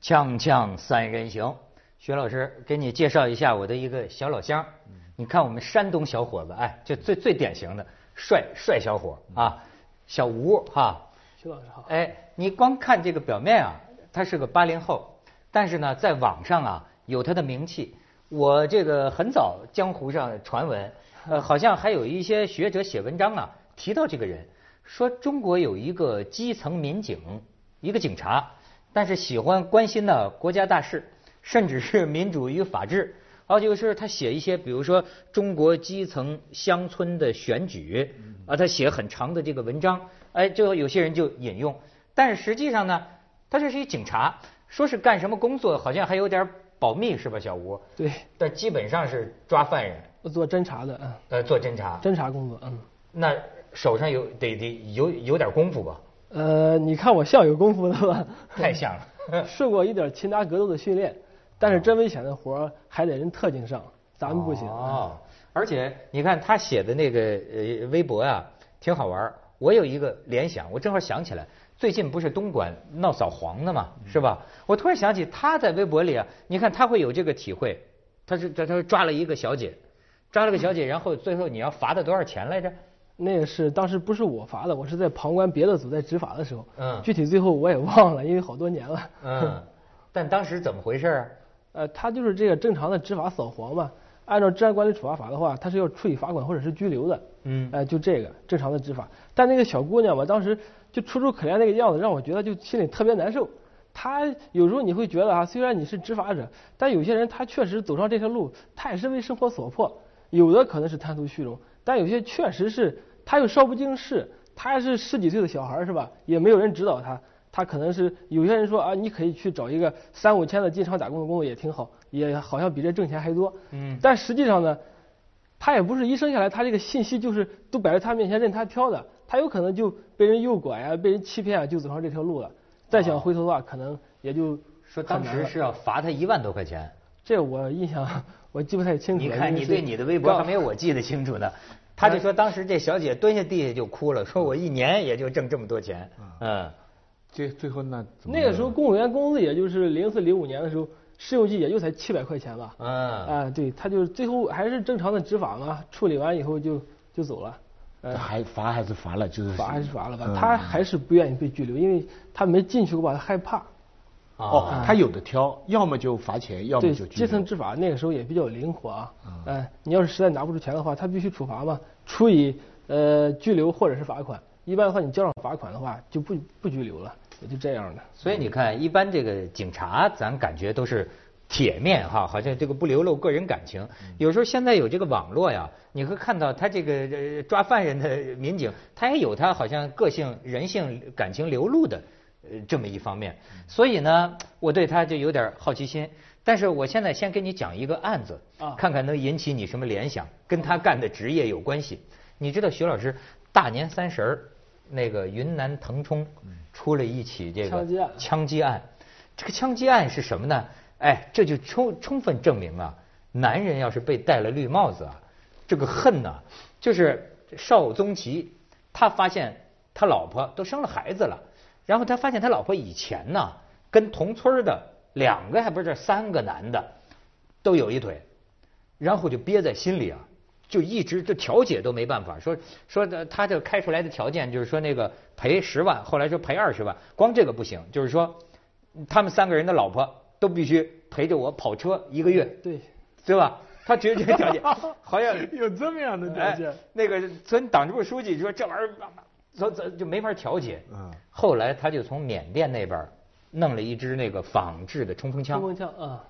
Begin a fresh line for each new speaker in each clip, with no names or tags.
锵锵三人行，徐老师给你介绍一下我的一个小老乡。你看我们山东小伙子，哎，就最最典型的帅帅小伙啊，小吴哈。
徐老师好。
哎，你光看这个表面啊，他是个八零后，但是呢，在网上啊有他的名气。我这个很早江湖上传闻，呃，好像还有一些学者写文章啊提到这个人，说中国有一个基层民警，一个警察，但是喜欢关心呢国家大事，甚至是民主与法治。还有就是他写一些，比如说中国基层乡村的选举，啊，他写很长的这个文章，哎，就有些人就引用。但是实际上呢，他这是一警察，说是干什么工作，好像还有点保密，是吧，小吴？
对，
但基本上是抓犯人，
我做侦查的，嗯，
呃，做侦查。
侦查工作，嗯，
那手上有得得有有点功夫吧？
呃，你看我像有功夫的吧？
太像了。
受过一点擒拿格斗的训练，但是真危险的活儿还得人特警上，咱们不行。啊
哦，而且你看他写的那个呃微博啊，挺好玩儿。我有一个联想，我正好想起来，最近不是东莞闹扫黄的嘛，
嗯
是吧？我突然想起他在微博里啊，你看他会有这个体会，他是他他抓了一个小姐，抓了个 小姐，然后最后你要罚他多少钱来着？
那个是当时不是我罚的，我是在旁观别的组在执法的时候，
嗯
具体最后我也忘了，因为好多年了。
嗯，但当时怎么回事啊？
呃，他就是这个正常的执法扫黄嘛，按照治安管理处罚法的话，他是要处以罚款或者是拘留的。
嗯
呃，就这个正常的执法。但那个小姑娘吧，当时就楚楚可怜那个样子，让我觉得就心里特别难受。她有时候你会觉得啊，虽然你是执法者，但有些人他确实走上这条路，他也是为生活所迫。有的可能是贪图虚荣，但有些确实是他又稍不经事，他还是十几岁的小孩儿是吧？也没有人指导他，他可能是有些人说啊，你可以去找一个三五千的进厂打工的工作也挺好，也好像比这挣钱还多。
嗯
但实际上呢，他也不是一生下来，他这个信息就是都摆在他面前任他挑的，他有可能就被人诱拐啊，被人欺骗啊，就走上这条路了。再想回头的话，可能也就
说当
很难
时
了
是要罚他一万多块钱。
这我印象我记不太清楚
你
了。
看
因
你
为是
对你的微博
刚
还没有我记得清楚 呢。他就说当时这小姐蹲下地下就哭了，说我一年也就挣这么多钱。嗯，
这最后那怎么
那
啊
个时候公务员工资也就是零四零五年的时候，试用期也就才七百块钱吧。
嗯
啊，对，他就是最后还是正常的执法嘛，处理完以后就就走了。呃，
还罚还是罚了，就是
罚还是罚了吧，
嗯
他还是不愿意被拘留，因为他没进去过吧，他害怕。
啊
哦，他有的挑，要么就罚钱，要
啊对，
么就拘
基
留
层执法那个时候也比较灵活啊。
嗯
呃，你要是实在拿不出钱的话，他必须处罚嘛，处以呃拘留或者是罚款。一般的话，你交上罚款的话，就不不拘留了，也就这样的。
所以你看，一般这个警察，咱感觉都是铁面哈，好像这个不流露个人感情。有时候现在有这个网络呀，你会看到他这个呃抓犯人的民警，他也有他好像个性、人性、感情流露的呃这么一方面。所以呢，我对他就有点好奇心。但是我现在先给你讲一个案子
啊，
看看能引起你什么联想，跟他干的职业有关系。你知道徐老师大年三十儿那个云南腾冲出了一起这个
枪击案
枪击案，这个枪击案是什么呢？哎，这就充充分证明啊，男人要是被戴了绿帽子啊，这个恨呐、就是邵宗奇，他发现他老婆都生了孩子了，然后他发现他老婆以前呢跟同村儿的两个还不是三个男的都有一腿，然后就憋在心里啊，就一直就调解都没办法。说说的他这开出来的条件就是说那个赔十万，后来说赔二十万，光这个不行，就是说他们三个人的老婆都必须陪着我跑车一个月，
对，
对吧？他只有这个条件，好像
有这么样的
哎，那个村党支部书记说这玩意儿，这这就没法调解。
嗯
后来他就从缅甸那边儿弄了一支那个仿制的冲锋枪
冲，锋枪啊，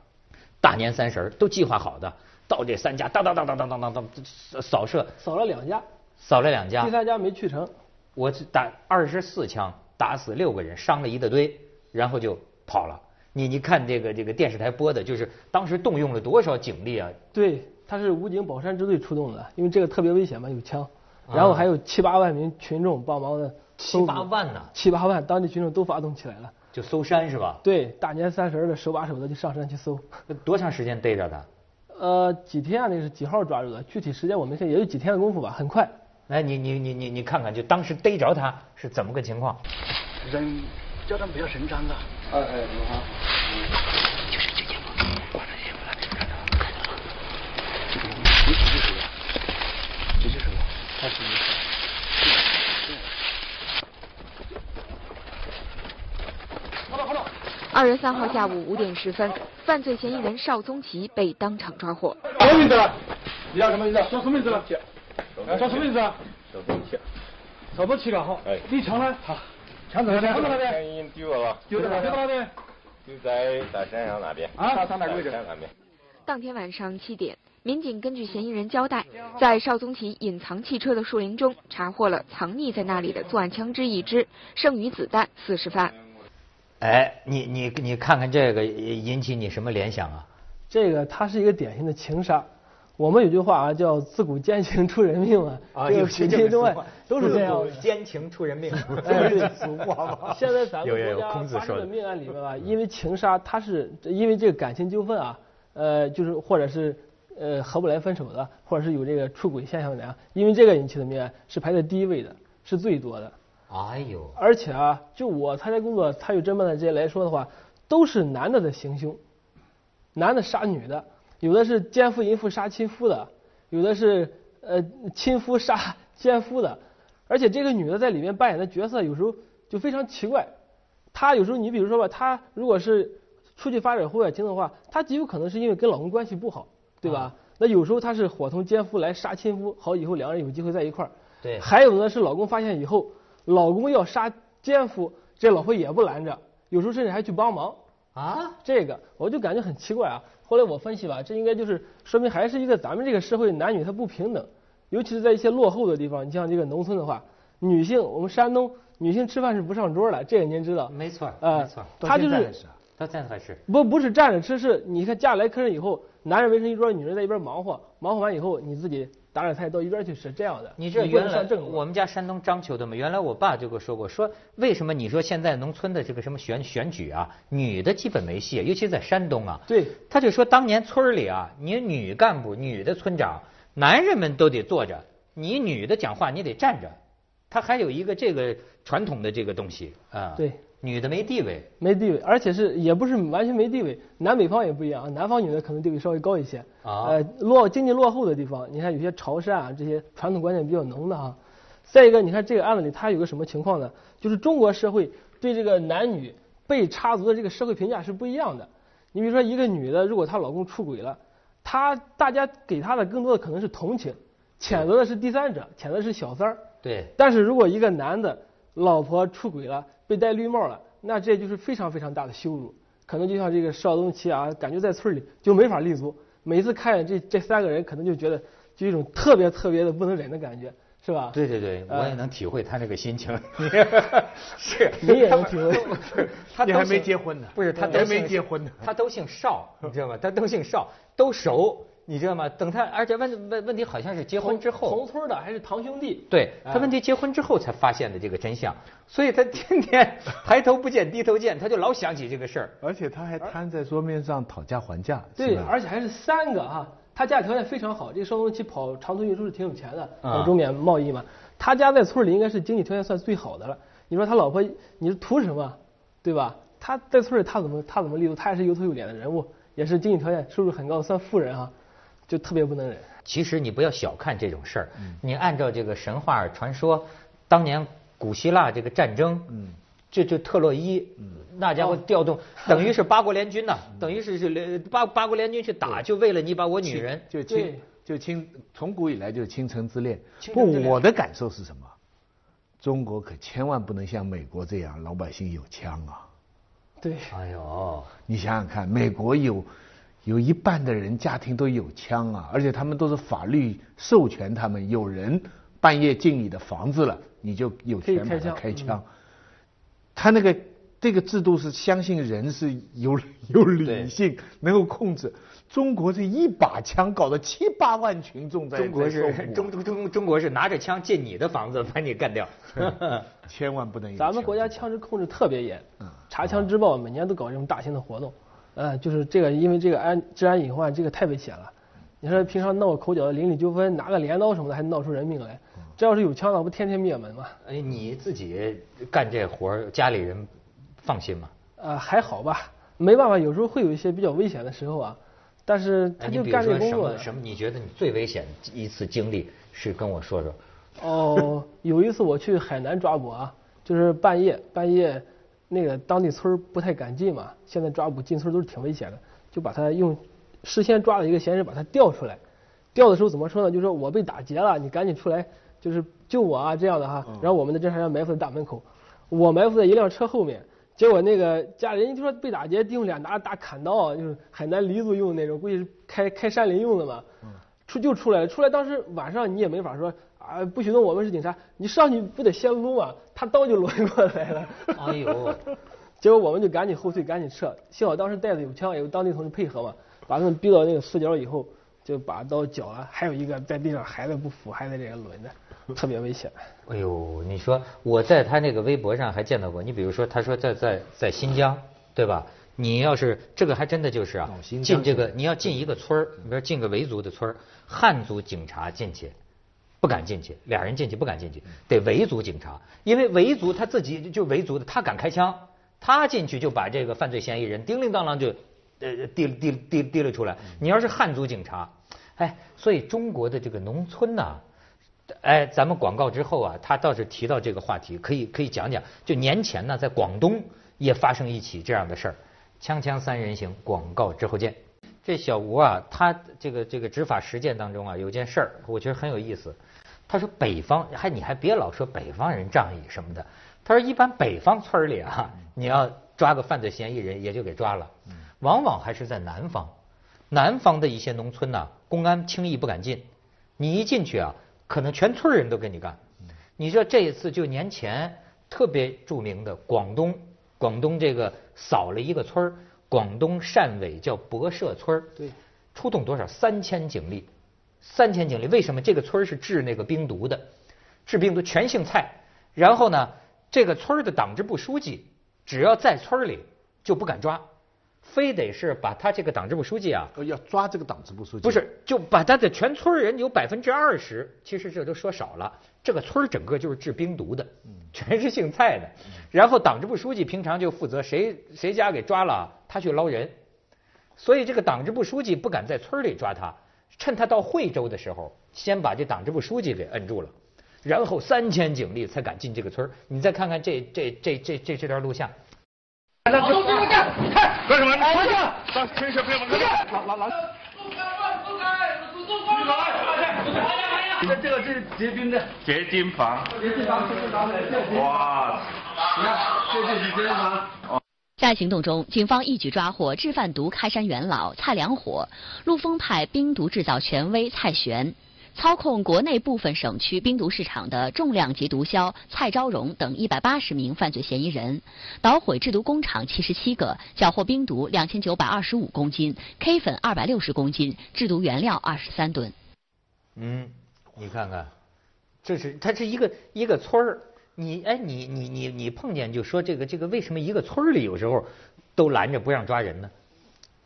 大年三十儿都计划好的，到这三家当当当当当当当当扫射，
扫了两家，
扫了两家
第，三家没去成。
我只打二十四枪，打死六个人，伤了一大堆，然后就跑了。你你看这个这个电视台播的，就是当时动用了多少警力啊？
对，他是武警保山支队出动的，因为这个特别危险嘛，有枪，然后还有七八万名群众帮忙的，
啊七八万呢，
七八万当地群众都发动起来了。
就搜山是吧？
对，大年三十儿的手把手的就上山去搜。
多长时间逮着的？
呃，几天啊？那是几号抓住的？具体时间我没看，也就几天的功夫吧，很快。
来，你你你你你看看，就当时逮着他是怎么个情况？
人叫他们不要声张啊，
哎哎，你好。
二月三号下午五点十分，犯罪嫌疑人邵宗奇被当场抓获。
什么名字？你叫什么名字？叫什么名字？哎，叫什么名字？小东奇。小东奇啊，好。哎。你抢了？好。抢走了呗？抢走了呗？
声音丢了吧？
有的，有的呗。
就在大山上那边。
啊，上哪跪着？
山那边。
当天晚上七点，民警根据嫌疑人交代，在邵宗奇隐藏汽车的树林中查获了藏匿在那里的作案枪支一支，剩余子弹四十发。
哎，你你你看看这个引起你什么联想啊？
这个他是一个典型的情杀。我们有句话啊，叫“自古奸情出人命”啊，这个古今中外都是这样的。
奸情出人命，俗话吗
现在咱们
有有有，
国家
孔子
发
说
生的嗯
的。
命案里面吧，因为情杀，他是因为这个感情纠纷啊，呃，就是或者是呃合不来分手的，或者是有这个出轨现象的啊，因为这个引起的命案是排在第一位的，是最多的。
哎呦，
而且啊，就我参加工作参与侦办的这些来说的话，都是男的的行凶，男的杀女的，有的是奸夫淫妇杀亲夫的，有的是呃亲夫杀奸夫的，而且这个女的在里面扮演的角色有时候就非常奇怪，她有时候你比如说吧，她如果是出去发展户外情的话，她极有可能是因为跟老公关系不好，对吧？
啊
那有时候她是伙同奸夫来杀亲夫，好以后两人有机会在一块儿。
对
还有呢是老公发现以后，老公要杀奸夫，这老婆也不拦着，有时候甚至还去帮忙。
啊，
这个我就感觉很奇怪啊。后来我分析吧，这应该就是说明还是一个咱们这个社会男女它不平等，尤其是在一些落后的地方，你像这个农村的话，女性我们山东女性吃饭是不上桌的，这个您知道。
没错儿，
呃
没错儿，
他就
到现在
是
还啊
到现在还是
不不是站着吃，是你看家里来客人以后，男人围成一桌，女人在一边忙活，忙活完以后你自己打点菜到一边去吃，这样的。
你这
不
原
能
来
上正路
我们家山东章丘的嘛，原来我爸就给我说过，说为什么你说现在农村的这个什么选选举啊，女的基本没戏，尤其在山东啊。
对，
他就说当年村儿里啊，你女干部、女的村长，男人们都得坐着，你女的讲话你得站着。他还有一个这个传统的这个东西啊，
对，
女的没地位，
没地位，而且是也不是完全没地位，南北方也不一样，啊南方女的可能地位稍微高一些。
啊
呃，落经济落后的地方，你看有些潮汕啊，这些传统观念比较浓的啊。再一个，你看这个案子里，它有个什么情况呢？就是中国社会对这个男女被插足的这个社会评价是不一样的。你比如说，一个女的如果她老公出轨了，她大家给她的更多的可能是同情，谴责的是第三者，谴责的是小三儿。
对，
但是如果一个男的老婆出轨了，被戴绿帽了，那这就是非常非常大的羞辱，可能就像这个邵东奇啊，感觉在村里就没法立足。每次看见这这三个人，可能就觉得就一种特别特别的不能忍的感觉，是
啊
吧？
对对对，我也
呃
能体会他那个心 情。是，
你也能体会
他们不是他
你
都
还没
姓
结婚呢
不是他
你
都
还没
姓
结婚呢
他都姓邵，你知道吗？他都姓邵，都熟，你知道吗？等他，而且问问问题好像是结婚之
同
后，
村的还是堂兄弟，
对
哎
啊
他问题结婚之后才发现的这个真相，所以他天天 抬头不见低头见，他就老想起这个事儿。
而且他还摊在桌面上讨价还价，
对，
吧
而且还是三个哈、他家条件非常好，这个邵东奇跑长途运输是挺有钱的，
啊
搞中缅贸易嘛。他家在村里应该是经济条件算最好的了。你说他老婆，你是图什么，对吧？他在村里他怎么他怎么立足？他也是有头有脸的人物，也是经济条件收入很高，算富人哈、就特别不能忍。
其实你不要小看这种事儿，你按照这个神话传说，当年古希腊这个战争，
嗯
这就特洛伊，那家伙调动，等于是八国联军呐、等于是是联八八国联军去打，就为了你把我女人，
就
对
倾就倾，从古以来就是倾城之恋。
倾城
不
之，恋
我的感受是什么？中国可千万不能像美国这样，老百姓有枪啊！
对，
哎呦，
你想想看，美国有有一半的人家庭都有枪啊，而且他们都是法律授权他们，有人半夜进你的房子了，你就有
可以
权把
开
他
枪嗯
开枪。他那个这个制度是相信人是有 有理性，能够控制。中国这一把枪搞得七八万群众在
中国
在
是
受苦啊
中中中中国是拿着枪进你的房子把 你干掉，
千万不
嗯
能有
咱们国家枪支控制特别严
嗯，
查枪支报每年都搞这种大型的活动，呃，就是这个因为这个安治安隐患这个太危险了。你说平常闹个口角的邻里纠纷，拿个镰刀什么的还闹出人命来，
嗯
这要是有枪了，不天天灭门吗？
哎，你自己干这活儿，家里人放心吗？
呃，还好吧，没办法，有时候会有一些比较危险的时候啊，但是
哎
他
你
就
比
干
如
这
说
个工
什
作的
么。什么？你觉得你最危险一次经历是跟我说说。
哦，有一次我去海南抓捕啊，就是半夜半夜，那个当地村儿不太敢进嘛，现在抓捕进村儿都是挺危险的，就把他用事先抓了一个嫌疑人，把他调出来。调的时候怎么说呢？就说我被打劫了，你赶紧出来，就是救我啊这样的哈。然后我们的侦查员埋伏在大门口，我埋伏在一辆车后面。结果那个家里人一听说被打劫，弟兄俩拿着大砍刀啊，就是海南黎族用的那种，估计是开开山林用的嘛。出就出来了，出来当时晚上你也没法说啊，不许动，我们是警察，你上去不得先撸啊？他刀就抡过来了，
哎呦，
结果我们就赶紧后退，赶紧撤。幸好当时袋子有枪，有当地同志配合嘛，把他们逼到那个死角以后，就把刀绞了。还有一个在地上还在不服，还在这样抡着，特别危险。
哎呦，你说我在他那个微博上还见到过，你比如说他说在在在新疆，对吧？你要是这个还真的就是啊
哦，新疆嗯
进这个你要进一个村儿，你比如进个维族的村儿，汉族警察进去不敢进去，俩人进去不敢进去，
嗯
得维族警察，因为维族他自己就维族的，他敢开枪，他进去就把这个犯罪嫌疑人叮铃当啷就呃提提提提了出来。
嗯
你要是汉族警察，哎，所以中国的这个农村呐、哎，咱们广告之后啊，他倒是提到这个话题，可以可以讲讲。就年前呢，在广东也发生一起这样的事儿，锵锵三人行，广告之后见。这小吴啊，他这个这个执法实践当中啊，有件事儿，我觉得很有意思。他说北方，还你还别老说北方人仗义什么的。他说一般北方村儿里啊，你要抓个犯罪嫌疑人也就给抓了，往往还是在南方。南方的一些农村呐、公安轻易不敢进，你一进去啊，可能全村人都跟你干。你说这一次就年前特别著名的广东，广东这个扫了一个村儿，广东汕尾叫博社村儿
对，
出动多少？三千警力，三千警力。为什么这个村儿是治那个冰毒的？治病毒全姓蔡。然后呢，这个村儿的党支部书记只要在村儿里就不敢抓，非得是把他这个党支部书记啊，
呃要抓这个党支部书记，
不是就把他的全村儿人有百分之二十，其实这都说少了，这个村儿整个就是治冰毒的，全是姓蔡的。然后党支部书记平常就负责谁谁家给抓了，他去捞人。所以这个党支部书记不敢在村儿里抓他，趁他到惠州的时候，先把这党支部书记给摁住了，然后三千警力才敢进这个村儿。你再看看这这这这这这段录像，
干什么？你回去！当真是被我们老老老。这这个是结冰的，结晶房，结晶房，结晶房，哇！你看，这就是结晶房。
在行动中，警方一举抓获制贩毒开山元老蔡良火、陆丰派冰毒制造权威蔡玄、操控国内部分省区冰毒市场的重量级毒枭蔡昭荣等一百八十名犯罪嫌疑人，捣毁制毒工厂七十七个，缴获冰毒两千九百二十五公斤、K 粉二百六十公斤、制毒原料二十三吨。
嗯，你看看，这是它是一个一个村儿，你哎你你你你碰见就说这个这个为什么一个村儿里有时候都拦着不让抓人呢？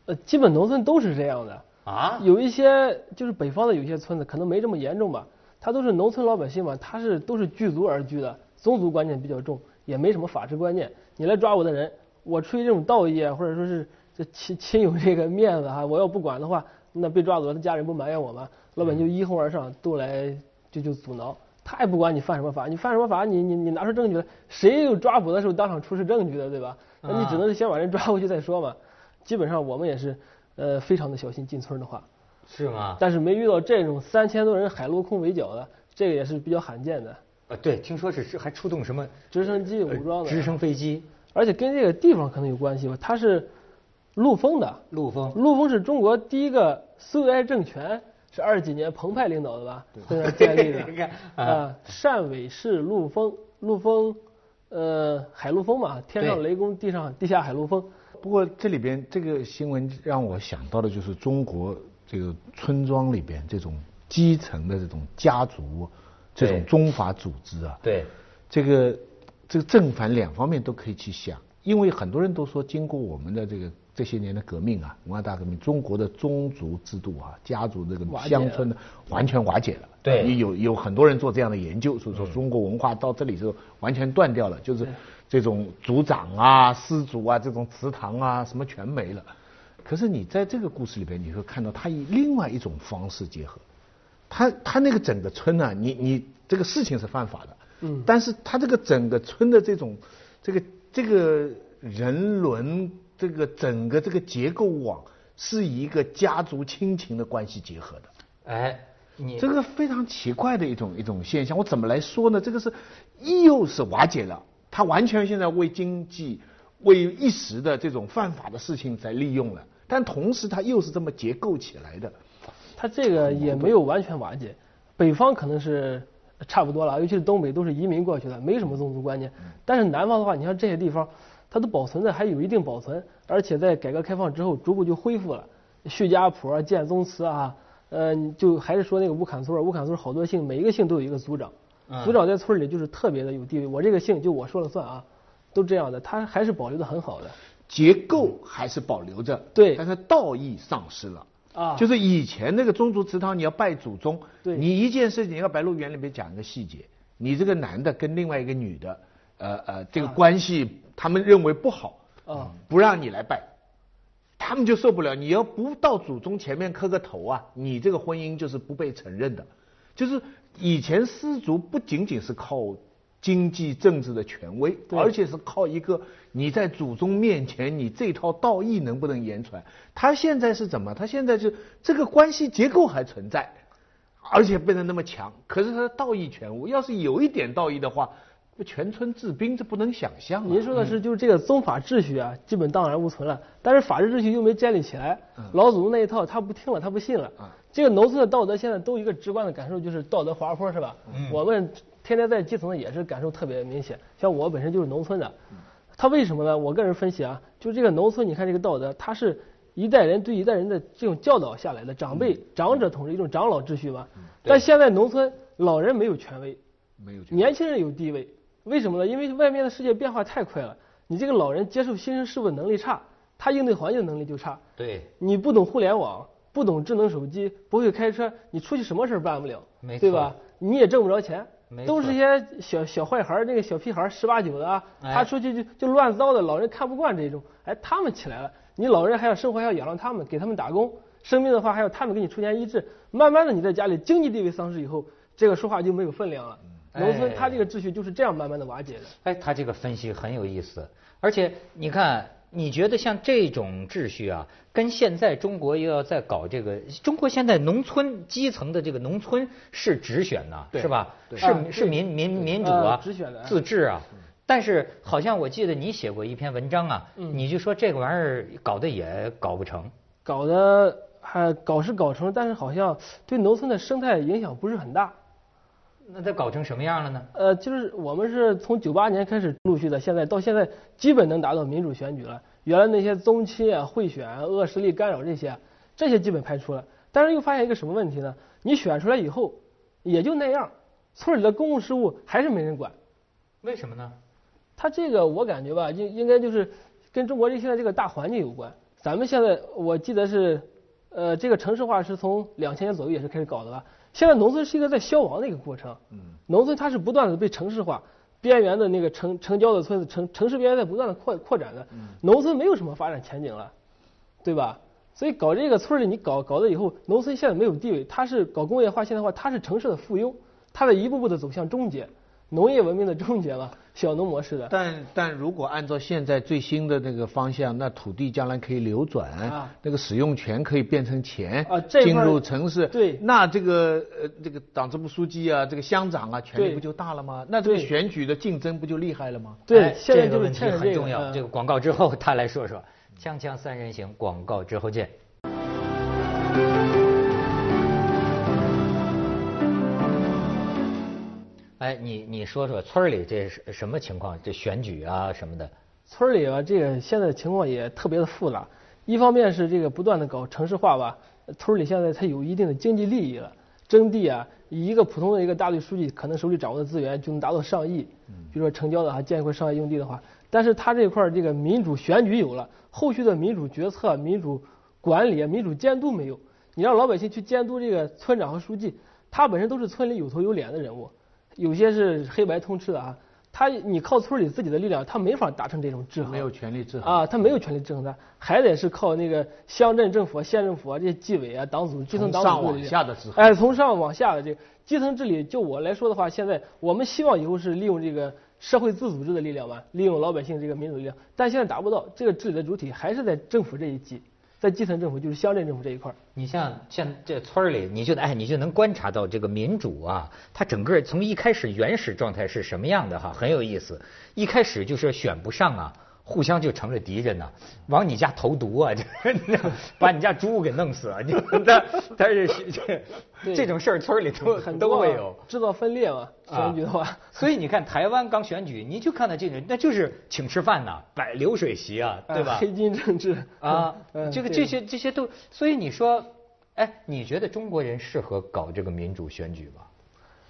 呃，基本农村都是这样的。
啊，
有一些就是北方的有些村子可能没这么严重吧，他都是农村老百姓嘛，他是都是聚族而居的，宗族观念比较重，也没什么法治观念。你来抓我的人，我出于这种道义啊，或者说是这亲亲友这个面子哈、我要不管的话，那被抓走了，他家人不埋哎怨我吗？老百姓就一哄而上，都来就就阻挠。他也不管你犯什么法，你犯什么法，你你你拿出证据来，谁有抓捕的时候当场出示证据的，对吧？那你
啊
只能是先把人抓回去再说嘛。基本上我们也是，呃，非常的小心进村的话，
是吗？
但是没遇到这种三千多人海陆空围剿的，这个也是比较罕见的。
啊，对，听说是是还出动什么
直升机武装的，
呃直升飞机、
而且跟这个地方可能有关系吧，它是陆丰的，
陆风，
陆丰是中国第一个苏维埃政权，是二几年彭湃领导的吧，在那儿建立
你
的
看。啊
啊，汕尾市陆丰，陆丰，呃，海陆丰嘛，天上
对
雷公，地上地下海陆丰。
不过这里边这个新闻让我想到的就是中国这个村庄里边这种基层的这种家族，这
对
种宗法组织啊，
对，
这个这个正反两方面都可以去想。因为很多人都说，经过我们的这个这些年的革命啊，文化大革命，中国的宗族制度啊，家族这个
瓦解
乡村的完全瓦解了。
对
你有有很多人做这样的研究，说说中国文化到这里之后完全断掉了，就是这种族长啊、师祖啊、这种祠堂啊，什么全没了。可是你在这个故事里边，你会看到他以另外一种方式结合，他他那个整个村呢、你你这个事情是犯法的，
嗯
但是他这个整个村的这种这个这个人伦，这个整个这个结构网是以一个家族亲情的关系结合的，
哎，你
这个非常奇怪的一种一种现象。我怎么来说呢？这个是又是瓦解了，他完全现在为经济、为一时的这种犯法的事情在利用了，但同时他又是这么结构起来的。
它这个也没有完全瓦解，北方可能是差不多了，尤其是东北都是移民过去的，没什么宗族观念。但是南方的话，你像这些地方，它的保存的还有一定保存，而且在改革开放之后逐步就恢复了，叙家谱啊、建宗祠啊，呃，你就还是说那个吴坎村儿，吴坎村儿好多姓，每一个姓都有一个族长，族长在村里就是特别的有地位，我这个姓就我说了算啊，都这样的，它还是保留的很好的。
结构还是保留着，
对
但是道义丧失了。
啊
就是以前那个宗族祠堂，你要拜祖宗，
对
你一件事情要《白鹿原》里面讲一个细节，你这个男的跟另外一个女的，呃呃，这个关系他们认为不好，
啊
不让你来拜，他们就受不了。你要不到祖宗前面磕个头啊，你这个婚姻就是不被承认的。就是以前氏族不仅仅是靠经济政治的权威，
对
而且是靠一个你在祖宗面前你这套道义能不能言传。他现在是怎么？他现在就这个关系结构还存在，而且变得那么强，可是他的道义全无。要是有一点道义的话，那全村治兵，这不能想象、啊。
您说的是，就是这个宗法秩序啊，基本荡然无存了，但是法治秩序又没建立起来。老祖宗那一套他不听了，他不信了。这个农村的道德现在都有一个直观的感受，就是道德滑坡，是吧？我们天天在基层的也是感受特别明显。像我本身就是农村的，他为什么呢？我个人分析啊，就这个农村，你看这个道德，它是一代人对一代人的这种教导下来的，长辈长者统治一种长老秩序嘛。但现在农村老人没有权威，
没有这个
年轻人有地位，为什么呢？因为外面的世界变化太快了，你这个老人接受新生事物的能力差，他应对环境的能力就差。
对，
你不懂互联网，不懂智能手机，不会开车，你出去什么事儿办不了，
没错
对吧？你也挣不着钱
没，
都
错
是些小小坏孩儿，那个小屁孩儿十八九的啊，
哎
他出去就就乱糟的，老人看不惯这种，哎，他们起来了，你老人还要生活，还要养着他们，给他们打工，生病的话还要他们给你出钱医治，慢慢的你在家里经济地位丧失以后，这个说话就没有分量了。
嗯
农村
哎
它这个秩序就是这样慢慢的瓦解的。
哎，他这个分析很有意思，而且你看，你觉得像这种秩序啊，跟现在中国又要在搞这个，中国现在农村基层的这个农村是直选呐、
对
是吧？
对
是
啊
是民民民主啊
呃，直选的嗯
自治啊。但是好像我记得你写过一篇文章啊，
嗯
你就说这个玩意儿搞得也搞不成。
搞得还搞是搞成，但是好像对农村的生态影响不是很大。
那它搞成什么样了呢？
呃，就是我们是从九八年开始陆续的，现在到现在基本能达到民主选举了。原来那些宗亲啊、贿选啊、恶势力干扰这些啊，这些基本排除了。但是又发现一个什么问题呢？你选出来以后也就那样，村里的公共事务还是没人管。
为什么呢？
他这个我感觉吧，应应该就是跟中国这现在这个大环境有关。咱们现在我记得是，呃，这个城市化是从两千年左右也是开始搞的吧。现在农村是一个在消亡的一个过程，农村它是不断的被城市化，边缘的那个城城郊的村子，城城市边缘在不断的扩扩展的，农村没有什么发展前景了，对吧？所以搞这个村里，你搞搞了以后，农村现在没有地位，它是搞工业化现代化，它是城市的附庸，它在一步步的走向终结，农业文明的终结嘛，小农模式的。
但但如果按照现在最新的那个方向，那土地将来可以流转，
啊
那个使用权可以变成钱，
啊这
进
块儿
入城市，
对
那这个呃这个党支部书记啊，这个乡长啊，权力
对
不就大了吗？那这个
对
选举的竞争不就厉害了吗？
对，
哎
现在
这个
就是
问题
欠着
很重
个
要。
嗯
这个广告之后，他来说说《锵锵三人行》广告之后见。哎，你你说说村儿里这是什么情况？这选举啊什么的，
村儿里啊，这个现在情况也特别的复杂。一方面是这个不断的搞城市化吧，村儿里现在它有一定的经济利益了，征地啊，以一个普通
嗯
的一个大队书记可能手里掌握的资源就能达到上亿，比如说城郊的啊，建一块上亿用地的话，但是他这块儿这个民主选举有了，后续的民主决策、民主管理、民主监督没有。你让老百姓去监督这个村长和书记，他本身都是村里有头有脸的人物，有些是黑白通吃的啊。他你靠村里自己的力量，他没法达成这种制衡。
没有权力制衡
啊，他没有权力制衡他，还得是靠那个乡镇政府、县政府啊这些纪委啊、党组织、基层党组织
从上往下的制衡
哎，从上往下的这个基层治理，就我来说的话，现在我们希望以后是利用这个社会自组织的力量吧，利用老百姓这个民主力量，但现在达不到，这个治理的主体还是在政府这一级，在基层政府就是乡镇政府这一块儿。
你像像这村儿里，你就哎，你就能观察到这个民主啊，它整个从一开始原始状态是什么样的哈，很有意思。一开始就是选不上啊，互相就成了敌人呐、往你家投毒啊， 这把你家猪给弄死啊， 你但但是这
对
这种事儿村儿里都
很多
都
啊
会有。
制造分裂嘛，选举的话。
啊所以你看台湾刚选举，你就看到这种，那就是请吃饭呐、摆流水席啊，对吧？
呃 黑金政治
啊
嗯，
这个
对
这些这些都，所以你说，哎，你觉得中国人适合搞这个民主选举吗？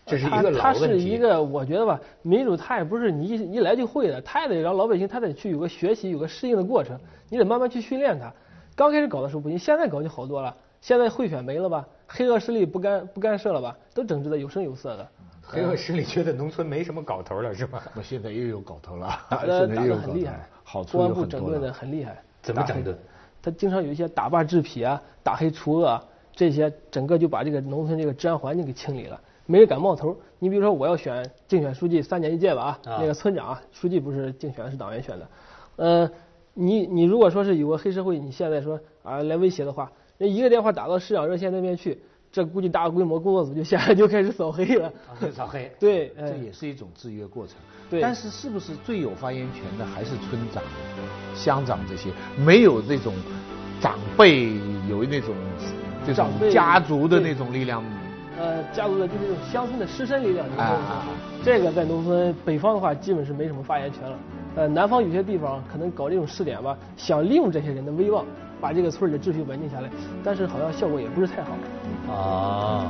这是一个
它
老
它
问
是
题。
一个，我觉得吧，民主它也不是你一一来就会的，它也得让老百姓他得去有个学习、有个适应的过程，你得慢慢去训练它。刚开始搞的时候不行，现在搞就好多了。现在贿选没了吧，黑恶势力不干不干涉了吧，都整治的有声有色的。
黑恶势力觉得农村没什么搞头了，是吧？
那现在又有搞头了，
打
现
的
在
打
又有
得
搞头
很厉害
了，，好处
公安
有
部
很
整
多
顿的
了。
很厉害。
怎么
打黑
整顿？
他经常有一些打霸致痞啊，打黑除恶、啊、这些，整个就把这个农村这个治安环境给清理了，没人敢冒头。你比如说，我要选竞选书记，三年一届吧啊，
啊
那个村长啊，书记不是竞选，是党员选的。呃，你你如果说是有个黑社会，你现在说啊来威胁的话，那一个电话打到市长热线那边去，这估计大规模工作组就下来就开始扫黑了。
扫黑。啊
对，呃
这也是一种制约过程。
对
但是是不是最有发言权的还是村长、乡长这些？没有这种长辈有那种这种
长辈
家族的
对
那种力量。
呃，加入了就是这种乡村的师生力量，你
啊
这个在农村北方的话，基本是没什么发言权了。呃，南方有些地方可能搞这种试点吧，想利用这些人的威望，把这个村里的秩序稳定下来，但是好像效果也不是太好。
哦。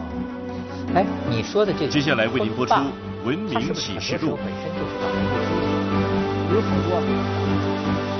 哎，你说的这个
接下来为您播出
风
文
霸
明
它是不是
启
很
示
多时候
录
本身就是把人给
有好多，